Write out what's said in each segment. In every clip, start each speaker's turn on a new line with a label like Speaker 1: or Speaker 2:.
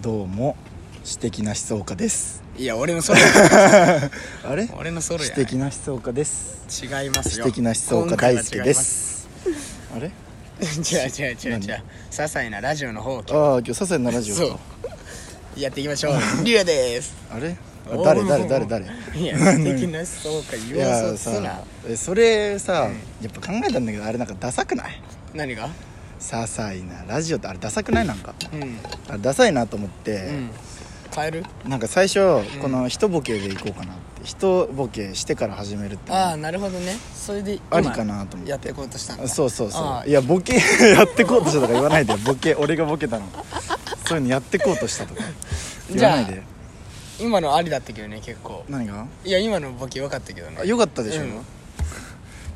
Speaker 1: どうも私的な思想家です
Speaker 2: いや俺 のソロ
Speaker 1: あれ
Speaker 2: 俺のソロ
Speaker 1: 私
Speaker 2: や
Speaker 1: 的な思想家です
Speaker 2: 違います
Speaker 1: 私
Speaker 2: よ
Speaker 1: 的な思想家大好きですあれ
Speaker 2: 今回は違います違う違う違う違う些細なラジオの方を
Speaker 1: ああ今日些細なラジオ
Speaker 2: そ
Speaker 1: か
Speaker 2: うやっていきましょうリュウです
Speaker 1: あれあ
Speaker 2: おー
Speaker 1: 誰誰誰誰
Speaker 2: いや素敵なそうか
Speaker 1: い
Speaker 2: 言わそう
Speaker 1: や
Speaker 2: っす
Speaker 1: さ
Speaker 2: な
Speaker 1: えそれさ、やっぱ考えたんだけどあれなんかダサくない
Speaker 2: 何が
Speaker 1: 些細なラジオってあれダサくないなんか
Speaker 2: うん
Speaker 1: あれダサいなと思っ
Speaker 2: う
Speaker 1: て
Speaker 2: ん、変える
Speaker 1: なんか最初、この一ボケでいこうかなって一ボケしてから始めるって
Speaker 2: ああなるほどねそれで今
Speaker 1: ありかなと思って
Speaker 2: やっていこうとしたんだ
Speaker 1: そうそう
Speaker 2: あ
Speaker 1: そ
Speaker 2: ー
Speaker 1: ういやボケ やってこうとしたとか言わないでボケ俺がボケたのそういうのやってこうとしたとか言わない
Speaker 2: じ
Speaker 1: で
Speaker 2: 今のありだったけどね結構
Speaker 1: 何が
Speaker 2: いや今のボケ良かったけどね
Speaker 1: あよかったでしょ、
Speaker 2: うん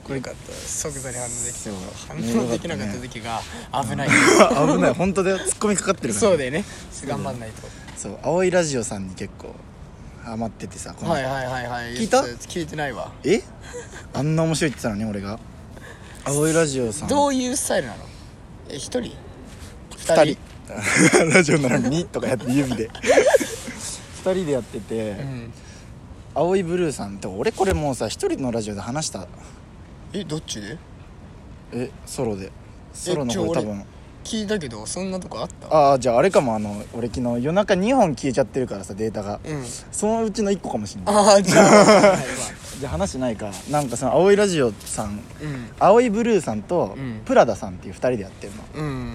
Speaker 2: これかった即座に反応でき
Speaker 1: そう
Speaker 2: た
Speaker 1: ね
Speaker 2: 反応できなかった時が危ない、
Speaker 1: あ危ない本当だよツッコミかかってるから、
Speaker 2: そうだよね頑張んないと、
Speaker 1: そう青いラジオさんに結構ハマっててさこの、
Speaker 2: はいはいはいはい
Speaker 1: 聞いた
Speaker 2: 聞いてないわ
Speaker 1: えあんな面白いって言ってたのに俺が青いラジオさん
Speaker 2: どういうスタイルなのえ一人
Speaker 1: 2人 ラジオなのに2とかやって指で2人でやってて、
Speaker 2: うん
Speaker 1: 青いブルーさんって俺これもうさ一人のラジオで話した
Speaker 2: えどっちで
Speaker 1: えソロでソロの
Speaker 2: ちょ
Speaker 1: 方
Speaker 2: 俺
Speaker 1: 多分
Speaker 2: 聞いたけどそんなとこあった
Speaker 1: ああじゃああれかもあの俺昨日夜中2本消えちゃってるからさデータが、
Speaker 2: うん
Speaker 1: そのうちの1個かもしんない
Speaker 2: ああじゃあ はい
Speaker 1: じゃあ話ないかなんかその青いラジオさん
Speaker 2: うん
Speaker 1: 青いブルーさんと、
Speaker 2: うん
Speaker 1: プラダさんっていう2人でやってるの
Speaker 2: うん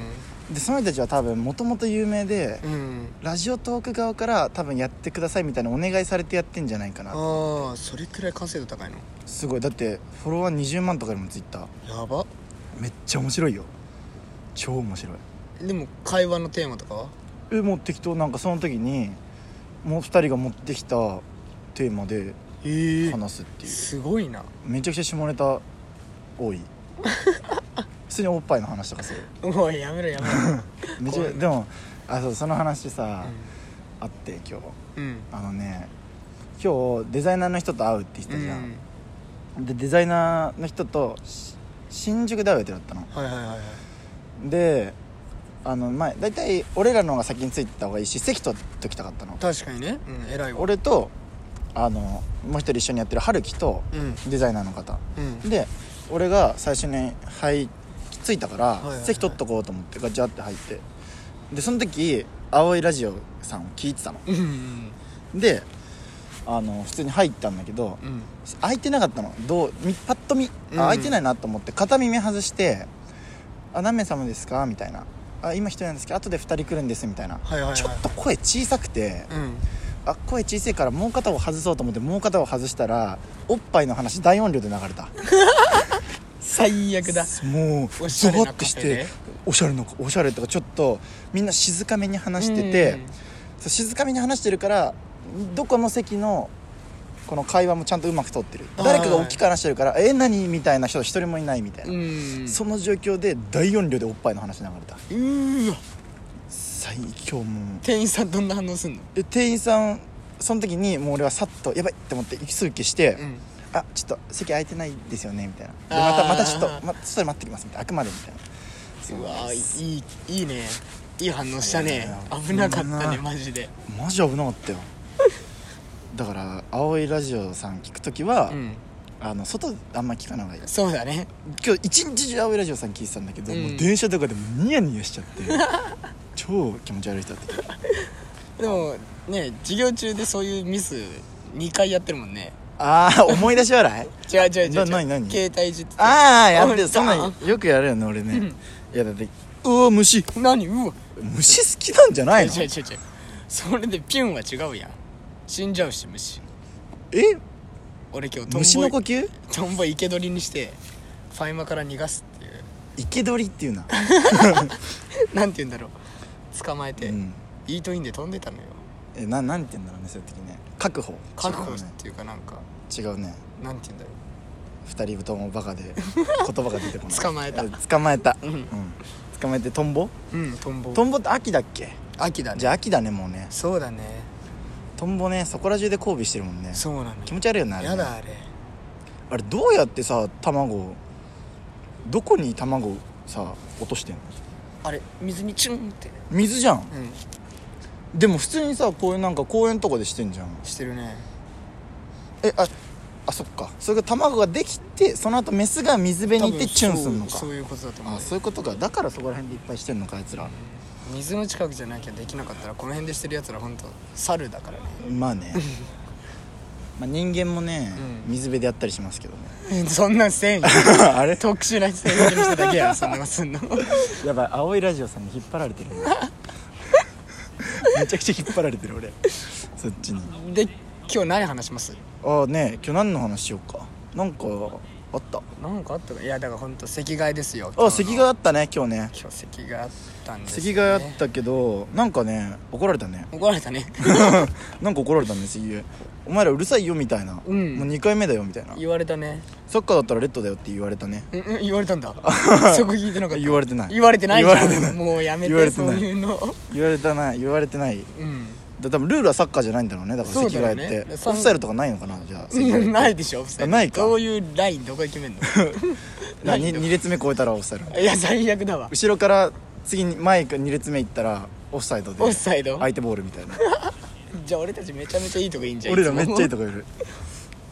Speaker 1: でその人たちは多分もともと有名で、
Speaker 2: うん
Speaker 1: ラジオトーク側から多分やってくださいみたいなお願いされてやってんじゃないかな
Speaker 2: ああそれくらい完成度高いの
Speaker 1: すごいだってフォロワー20万とかでもツイッター
Speaker 2: やば
Speaker 1: めっちゃ面白いよ超面白い
Speaker 2: でも会話のテーマとかは
Speaker 1: えもう適当なんかその時にもう2人が持ってきたテーマで
Speaker 2: え
Speaker 1: 話すっていう
Speaker 2: すごいな
Speaker 1: めちゃくちゃ下ネタ 多い普通におっぱいの話とかする
Speaker 2: もうやめろやめ ろ
Speaker 1: めちゃ
Speaker 2: 怖い
Speaker 1: でもあそうその話さ、あって今日
Speaker 2: うん
Speaker 1: あのね今日デザイナーの人と会うって言って
Speaker 2: う
Speaker 1: たじ
Speaker 2: ん
Speaker 1: ゃん、でデザイナーの人とし新宿で会う予定だったの
Speaker 2: はいはいはいはい
Speaker 1: であの前大体俺らの方が先に着いてた方がいいし席取っときたかったの
Speaker 2: 確かにねうん偉いわ
Speaker 1: 俺とあのもう一人一緒にやってる春樹と
Speaker 2: うん
Speaker 1: デザイナーの方
Speaker 2: うん
Speaker 1: で俺が最初に入着いたから、
Speaker 2: いはいはい
Speaker 1: 席取っとこうと思ってガチャって入ってでその時青いラジオさんを聞いてたの
Speaker 2: うん
Speaker 1: であの普通に入ったんだけど
Speaker 2: うん
Speaker 1: 開いてなかったのどうみパッと見
Speaker 2: うん
Speaker 1: あ開いてないなと思って片耳外して「あ何名様ですか?」みたいな「あ今一人なんですけど後で二人来るんです」みたいな
Speaker 2: はいはいはい
Speaker 1: ちょっと声小さくて
Speaker 2: うん
Speaker 1: あ声小さいからもう片方外そうと思ってもう片方外したらおっぱいの話大音量で流れた
Speaker 2: 最悪だ
Speaker 1: もう
Speaker 2: おし
Speaker 1: ゾ
Speaker 2: ゃれ
Speaker 1: ワ
Speaker 2: な
Speaker 1: ッ
Speaker 2: カ
Speaker 1: と
Speaker 2: フ
Speaker 1: し
Speaker 2: ェ
Speaker 1: て
Speaker 2: で
Speaker 1: おしゃれのおしゃれとかちょっとみんな静かめに話しててそう静かめに話してるからどこの席のこの会話もちゃんとうまく通ってる
Speaker 2: はい
Speaker 1: 誰かが大きく話してるから「え何?」みたいな人一人もいないみたいな、
Speaker 2: うん
Speaker 1: その状況で大音量でおっぱいの話流れた
Speaker 2: うーわ
Speaker 1: 最強もう
Speaker 2: 店員さんどんな反応すんの
Speaker 1: で店員さんその時にもう俺はさっと「やばい!」って思って息吸う気して「
Speaker 2: うん
Speaker 1: あちょっと席空いてないですよね」みたいな「でま
Speaker 2: あー
Speaker 1: たまたちょっと、ま、外で待ってきます」みたいな「あくまで」みたいな
Speaker 2: うわいいいいねいい反応したね危なかったねマジで
Speaker 1: マジ危なかったよ だから青いラジオさん聞く時は、
Speaker 2: うん
Speaker 1: あの外あんま聞かない方がいい
Speaker 2: そうだね
Speaker 1: 今日一日中青いラジオさん聞いてたんだけど、
Speaker 2: うん
Speaker 1: もう電車とかでもニヤニヤしちゃって 超気持ち悪い人だった
Speaker 2: でもね授業中でそういうミス2回やってるもんね
Speaker 1: ああ思い出し 笑い
Speaker 2: 違う違う違う違う
Speaker 1: な何何
Speaker 2: 携帯いじってた
Speaker 1: ああやって
Speaker 2: あ
Speaker 1: るそんなんよくやるよね俺ね、
Speaker 2: うん
Speaker 1: いやだってうわ虫
Speaker 2: 何うわ
Speaker 1: 虫好きなんじゃないの
Speaker 2: 違う違う違うそれでピュンは違うやん死んじゃうし虫
Speaker 1: え
Speaker 2: 俺今日トン
Speaker 1: 虫
Speaker 2: ボ
Speaker 1: の
Speaker 2: イ
Speaker 1: 呼吸
Speaker 2: トンボイ生け捕りにしてファイマから逃がすっ ていう
Speaker 1: 生け捕りっていうな、
Speaker 2: なんて言うんだろう捕まえて、
Speaker 1: うん、
Speaker 2: イートインで飛んでたのよ
Speaker 1: えななんて言うんだろうねそういう時ね確保
Speaker 2: 確保っていうかなんか
Speaker 1: 違うね違うね
Speaker 2: なんて言うんだろ
Speaker 1: 二人ともバカ で言葉が出てこない
Speaker 2: 捕まえた
Speaker 1: え捕まえた、
Speaker 2: うん
Speaker 1: 捕まえてトンボ
Speaker 2: ううんトンボ
Speaker 1: トンボって秋だっけ
Speaker 2: 秋だね
Speaker 1: じゃあ秋だねもうね
Speaker 2: そうだね
Speaker 1: トンボねそこら中で交尾してるもんね
Speaker 2: そうなのよ
Speaker 1: 気持ち悪いよねあれね
Speaker 2: やだあれ
Speaker 1: あれどうやってさ卵をどこに卵をさ落としてんの
Speaker 2: あれ水にチュンって
Speaker 1: 水じゃん
Speaker 2: うん
Speaker 1: でも普通にさこういうなんか公園とかでしてんじゃん
Speaker 2: してるね
Speaker 1: えああそっかそれが卵ができてその後メスが水辺に行ってチュンすんの
Speaker 2: 多分
Speaker 1: か
Speaker 2: そうそういうことだと思う
Speaker 1: あそういうことかだからそこら辺でいっぱいしてんのかあいつら
Speaker 2: 水の近くじゃなきゃできなかったらこの辺でしてるやつら本当猿だからね
Speaker 1: まあ ねまあ人間もね、
Speaker 2: うん
Speaker 1: 水辺でやったりしますけどね
Speaker 2: そんなんせんよ
Speaker 1: あれ
Speaker 2: 特殊な性格の人だけやろそんなのす んの
Speaker 1: やばい青いラジオさんに引っ張られ てるめちゃくちゃ引っ張られてる俺そっちに
Speaker 2: で今日何話します
Speaker 1: ああね今日何の話しようかなんかあった
Speaker 2: なんかあったかいやだから本当席替えですよ
Speaker 1: あ席があったね今日ね
Speaker 2: 今日席があったんです、ね、
Speaker 1: 席があったけどなんかね怒られた ね
Speaker 2: 怒られたね
Speaker 1: なんか怒られたね席がお前らうるさいよみたいな、
Speaker 2: うん
Speaker 1: もう2回目だよみたいな
Speaker 2: 言われたね
Speaker 1: サッカーだったらレッドだよって言われたね
Speaker 2: うんうん言われた んだそこ聞いてなかった
Speaker 1: 言われてない
Speaker 2: 言われてないじ
Speaker 1: 言
Speaker 2: ゃ
Speaker 1: われて
Speaker 2: んもうやめ
Speaker 1: 言わ
Speaker 2: て
Speaker 1: れて
Speaker 2: そ
Speaker 1: な
Speaker 2: う
Speaker 1: い
Speaker 2: いうの
Speaker 1: 言われたない言われてない
Speaker 2: うん
Speaker 1: だ多分ルールはサッカーじゃないんだろうねだから
Speaker 2: そう
Speaker 1: 席
Speaker 2: だ
Speaker 1: 替
Speaker 2: よね
Speaker 1: えってオ
Speaker 2: だ
Speaker 1: フ
Speaker 2: から
Speaker 1: サイドとかないのかなじゃあ席替えっ
Speaker 2: う
Speaker 1: て
Speaker 2: んないでしょ
Speaker 1: あないか
Speaker 2: どういうラインどこで決め んの
Speaker 1: な
Speaker 2: ない
Speaker 1: に
Speaker 2: の
Speaker 1: 2列目超えたらオフサイド
Speaker 2: いや最悪だわ
Speaker 1: 後ろから次に前2列目行ったらオフサイドで
Speaker 2: オフサイド
Speaker 1: 相手ボールみたいな
Speaker 2: じゃあ俺たちめちゃめちゃいいとこいいんじゃん
Speaker 1: 俺らめっちゃいいと
Speaker 2: と
Speaker 1: こいる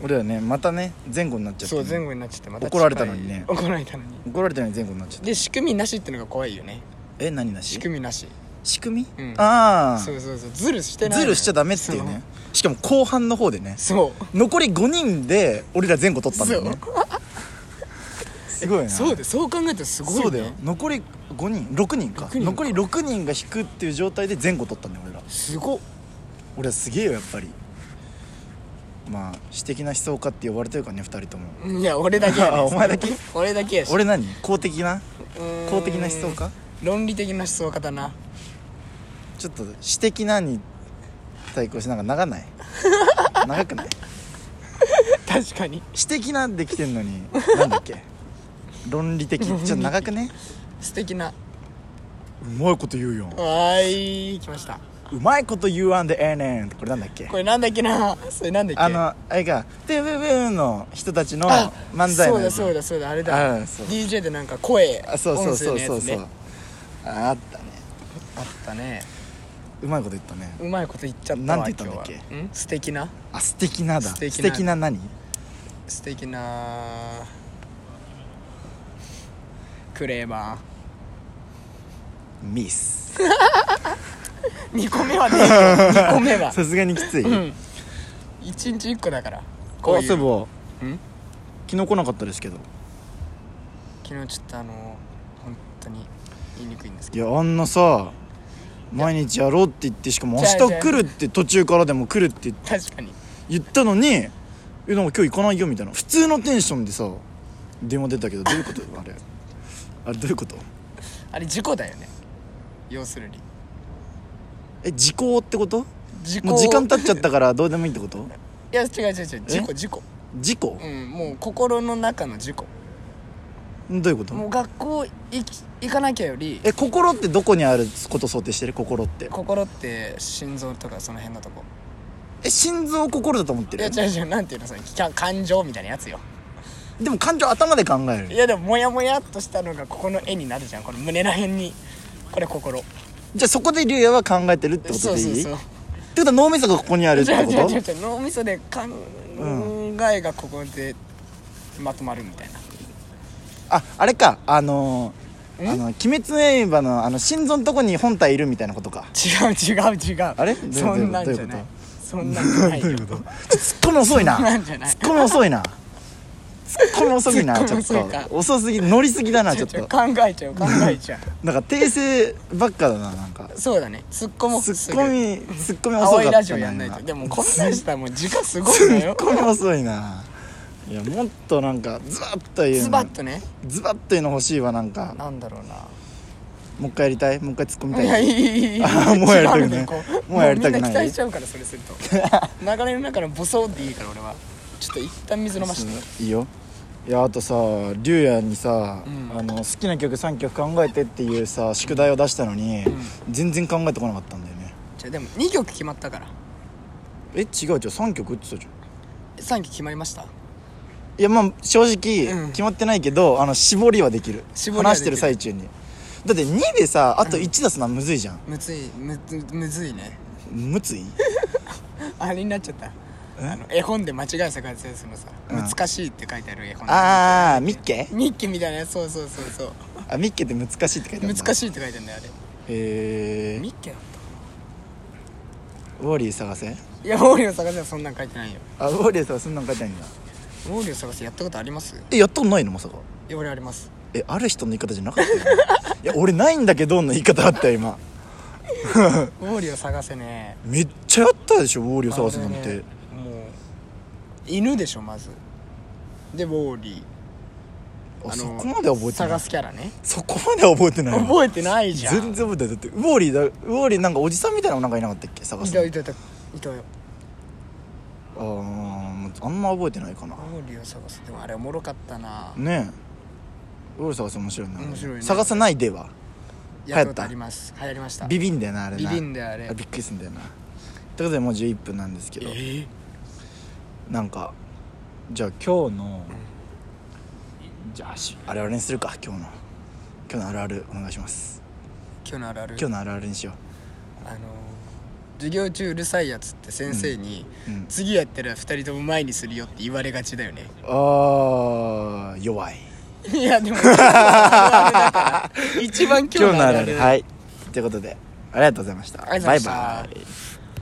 Speaker 1: 俺らねまたね前後になっちゃって
Speaker 2: そう
Speaker 1: ね
Speaker 2: 前後になっちゃってまた
Speaker 1: 怒られたのにね
Speaker 2: 近い怒られたのに
Speaker 1: 怒られたのに前後になっちゃった
Speaker 2: で仕組みなしってのが怖いよね
Speaker 1: え何なし
Speaker 2: 仕組みなし
Speaker 1: 仕組み、
Speaker 2: うん
Speaker 1: ああ
Speaker 2: そうそうそうズルしてないの
Speaker 1: ズ
Speaker 2: よ
Speaker 1: ルしちゃダメっていうねしかも後半の方でね
Speaker 2: そう
Speaker 1: 残り5人で俺ら前後取ったんだよね
Speaker 2: そ
Speaker 1: すごいな
Speaker 2: そうでそう考えたらすごいね
Speaker 1: そうだよ残り5人6人か
Speaker 2: 六人か
Speaker 1: 残り6人が引くっていう状態で前後取ったんだよ俺ら
Speaker 2: すごっ
Speaker 1: 俺はすげえよやっぱりまあ私的な思想家って呼ばれてるからね2人とも
Speaker 2: いや俺だけやね
Speaker 1: あ お前だけ
Speaker 2: 俺だけやし
Speaker 1: 俺何公的な
Speaker 2: うーん
Speaker 1: 公的な思想家
Speaker 2: 論理的な思想家だな
Speaker 1: ちょっと私的なに対抗してなんか長 ない長くない
Speaker 2: 確かに
Speaker 1: 私的なんで来てんのになんだっけ論理 的ちょっと長くね
Speaker 2: 素敵な
Speaker 1: うまいこと言うよ
Speaker 2: わーい来ました
Speaker 1: うまいこと言わんでええねんこれなんだっけ
Speaker 2: これなんだっけなそれなんだっけ
Speaker 1: あのあれが「てブブー」の人たちの
Speaker 2: あ
Speaker 1: 漫才
Speaker 2: そ
Speaker 1: の
Speaker 2: う
Speaker 1: や
Speaker 2: だ
Speaker 1: つ
Speaker 2: そうだそうだあれだ
Speaker 1: あそう
Speaker 2: DJ でなんか声
Speaker 1: あそうそうそうそう
Speaker 2: 音声
Speaker 1: そ
Speaker 2: のやつ
Speaker 1: う
Speaker 2: ね
Speaker 1: ああったね
Speaker 2: あったね
Speaker 1: うまいこと言ったね
Speaker 2: うまいこと言っちゃったわ
Speaker 1: なんて言ったんだっけ
Speaker 2: 今日はん素敵な
Speaker 1: あ素敵なだ
Speaker 2: 素敵な
Speaker 1: 素敵な何
Speaker 2: 素敵なクレー マ
Speaker 1: ミス
Speaker 2: ー2個目はね2個目 は
Speaker 1: さすがにきつい、
Speaker 2: うん1日1個だからこ
Speaker 1: あ
Speaker 2: うい
Speaker 1: そう
Speaker 2: う
Speaker 1: いえば
Speaker 2: ん
Speaker 1: 昨日来なかったですけど
Speaker 2: 昨日ちょっとあの本当に言いにくいんですけ
Speaker 1: いやあんなさ毎日やろうって言ってしかも明日
Speaker 2: じゃあじゃあ
Speaker 1: 来るって途中からでも来るって
Speaker 2: ど 確かに
Speaker 1: 言ったのにえなんか今日行かないよみたいな普通のテンションでさ電話出たけどどういうことあれあれどういうこと
Speaker 2: あれ事故だよね要するに
Speaker 1: え時効ってこと
Speaker 2: 事故
Speaker 1: もう時間経っちゃっ
Speaker 2: い
Speaker 1: たからどうでもいいってこと
Speaker 2: や違う違う違う事故事故
Speaker 1: 事故
Speaker 2: うんもう心の中の事故
Speaker 1: どういうこと
Speaker 2: もう学校行き行かなきゃより
Speaker 1: え心ってどこにあること想定してる心って
Speaker 2: 心って心臓とかその辺のとこ
Speaker 1: え心臓を心だと思って
Speaker 2: いや
Speaker 1: る
Speaker 2: 違う違うなんていうのそれきゃ感情みたいなやつよ
Speaker 1: でも感情頭で考え
Speaker 2: い
Speaker 1: る
Speaker 2: やでもモヤモヤっとしたのがここの絵になるじゃんこの胸らへんにこれ心
Speaker 1: じゃあそこで竜也は考えてるってこと
Speaker 2: そう
Speaker 1: でい
Speaker 2: そう
Speaker 1: い
Speaker 2: そう
Speaker 1: ってことは脳みそがここにあるって
Speaker 2: 違う
Speaker 1: こ
Speaker 2: 違う
Speaker 1: と
Speaker 2: 違う違う脳みそで考えがここでまとまるみたいな、
Speaker 1: ああれかあの
Speaker 2: ん
Speaker 1: ー、あの「鬼滅の刃の」あの心臓のとこに本体いるみたいなことか
Speaker 2: 違う違う違う
Speaker 1: あれどういう
Speaker 2: そんなん
Speaker 1: どう
Speaker 2: じ
Speaker 1: い
Speaker 2: ゃ
Speaker 1: うこと
Speaker 2: ないそんなんじゃないよ
Speaker 1: ちょツッコミ遅いな
Speaker 2: そん なんじゃない
Speaker 1: ツッコミ遅いなツッコミ遅いなち
Speaker 2: ツ
Speaker 1: ょ
Speaker 2: ッコ
Speaker 1: っ
Speaker 2: ミ遅いか
Speaker 1: と遅すぎ乗りすぎだなち
Speaker 2: ち
Speaker 1: ょ
Speaker 2: ょ
Speaker 1: っ
Speaker 2: ちょ
Speaker 1: と
Speaker 2: 考えちゃう考え ちゃ
Speaker 1: なんか訂正ばっかだななんか
Speaker 2: うそうだねツッコも
Speaker 1: ツッコミツッコミ遅か
Speaker 2: 青
Speaker 1: った
Speaker 2: いラジオやんないとでもこんなんしたらもう時間すごいの
Speaker 1: ツッ
Speaker 2: よ
Speaker 1: コミ遅いないやもっとなんかズバッというの
Speaker 2: ズバッとね
Speaker 1: ズバッというの欲しいわなんか
Speaker 2: なんだろう
Speaker 1: もう一回やりたいもう一回突っ込みた
Speaker 2: ないいやいいいいいい
Speaker 1: あもうやりたくない
Speaker 2: 違のよこう
Speaker 1: もうやりたくない
Speaker 2: みんな期待しちゃうからそれ すると流れの中のボソっていいから俺はちょっと一旦水飲まして
Speaker 1: いいよいやあとさ龍也にさ、
Speaker 2: うん
Speaker 1: あの好きな曲3曲考えてっていうさ宿題を出したのに、全然考えてこなかったんだよね
Speaker 2: じゃあでも2曲決まったから
Speaker 1: え違う違う3曲って言ってたじゃん
Speaker 2: 3曲決まりました
Speaker 1: いやまあ正直、
Speaker 2: うん
Speaker 1: 決まってないけどあの絞りはできる
Speaker 2: 絞りはで
Speaker 1: 話
Speaker 2: きる
Speaker 1: してる最中にだって2でさあと1出すのはむずいじゃん、
Speaker 2: むずいむむむずいね
Speaker 1: むつい
Speaker 2: あれになっちゃったあの絵本で間違い探すやつのさ「
Speaker 1: うん
Speaker 2: 難しい」って書 いてある絵本
Speaker 1: ああミッケ
Speaker 2: ミッキーみたいなやつそうそうそうそう
Speaker 1: あミッケって難しいって書いてある
Speaker 2: 難
Speaker 1: んだ
Speaker 2: しいって書いてあるんだよあ
Speaker 1: へ
Speaker 2: れ
Speaker 1: え
Speaker 2: ミッキーだった
Speaker 1: ウォーリー探せ
Speaker 2: いやウォーリーを探せはそんなん書いてないよ
Speaker 1: あウォーリー探せそんなん書いてないんだ
Speaker 2: ウォーリーを探せやったことありますい
Speaker 1: えやったことないのまさか
Speaker 2: や俺あります
Speaker 1: えある人の言い方じゃなかったよね いや俺ないんだけどの言い方あったよ今
Speaker 2: ウォーリーを探せね
Speaker 1: めっちゃやったでしょウォーリーを探せなん
Speaker 2: あ
Speaker 1: て、
Speaker 2: れねもう犬でしょまずでウォーリー
Speaker 1: あそこまでは覚えてない
Speaker 2: 探すキャラね
Speaker 1: そこまでは覚えてないわ
Speaker 2: 覚えてないじゃん
Speaker 1: 全然覚えてないだってウォーリーだウォーリーなんかおじさんみたいなのなんかいなかったっけ探
Speaker 2: い
Speaker 1: す
Speaker 2: た
Speaker 1: の
Speaker 2: いたいたいたよ
Speaker 1: あーあんま覚えてないかな
Speaker 2: ウォーリーを探すでもあれおもろかったな
Speaker 1: ねえウォーリー探せ面白いな
Speaker 2: 面白いね
Speaker 1: 探さないでは流
Speaker 2: や
Speaker 1: 行
Speaker 2: っ
Speaker 1: った
Speaker 2: たことあります流行りました
Speaker 1: ビビんだよなあれな
Speaker 2: ビビんだよあれ
Speaker 1: あびっくりすんだよなということでもう11分なんですけ
Speaker 2: え
Speaker 1: ど
Speaker 2: ー
Speaker 1: なんかじゃあ今日のじゃあしあれあれにするか今日の今日のあるあるお願いします
Speaker 2: 今日のあるある
Speaker 1: 今日のあるあるにしよ
Speaker 2: あの授業中うるさいやつって先生に、
Speaker 1: う、うん、
Speaker 2: 次やったら2人とも前にするよって言われがちだよ ね
Speaker 1: あー弱い
Speaker 2: いやでも今日のあるあるだから一番
Speaker 1: 今
Speaker 2: 今日
Speaker 1: 日
Speaker 2: の
Speaker 1: の
Speaker 2: あ
Speaker 1: あ
Speaker 2: る
Speaker 1: る
Speaker 2: あ
Speaker 1: あ
Speaker 2: る
Speaker 1: るはいということでありがとうございました
Speaker 2: ありがとうございました
Speaker 1: バイバイ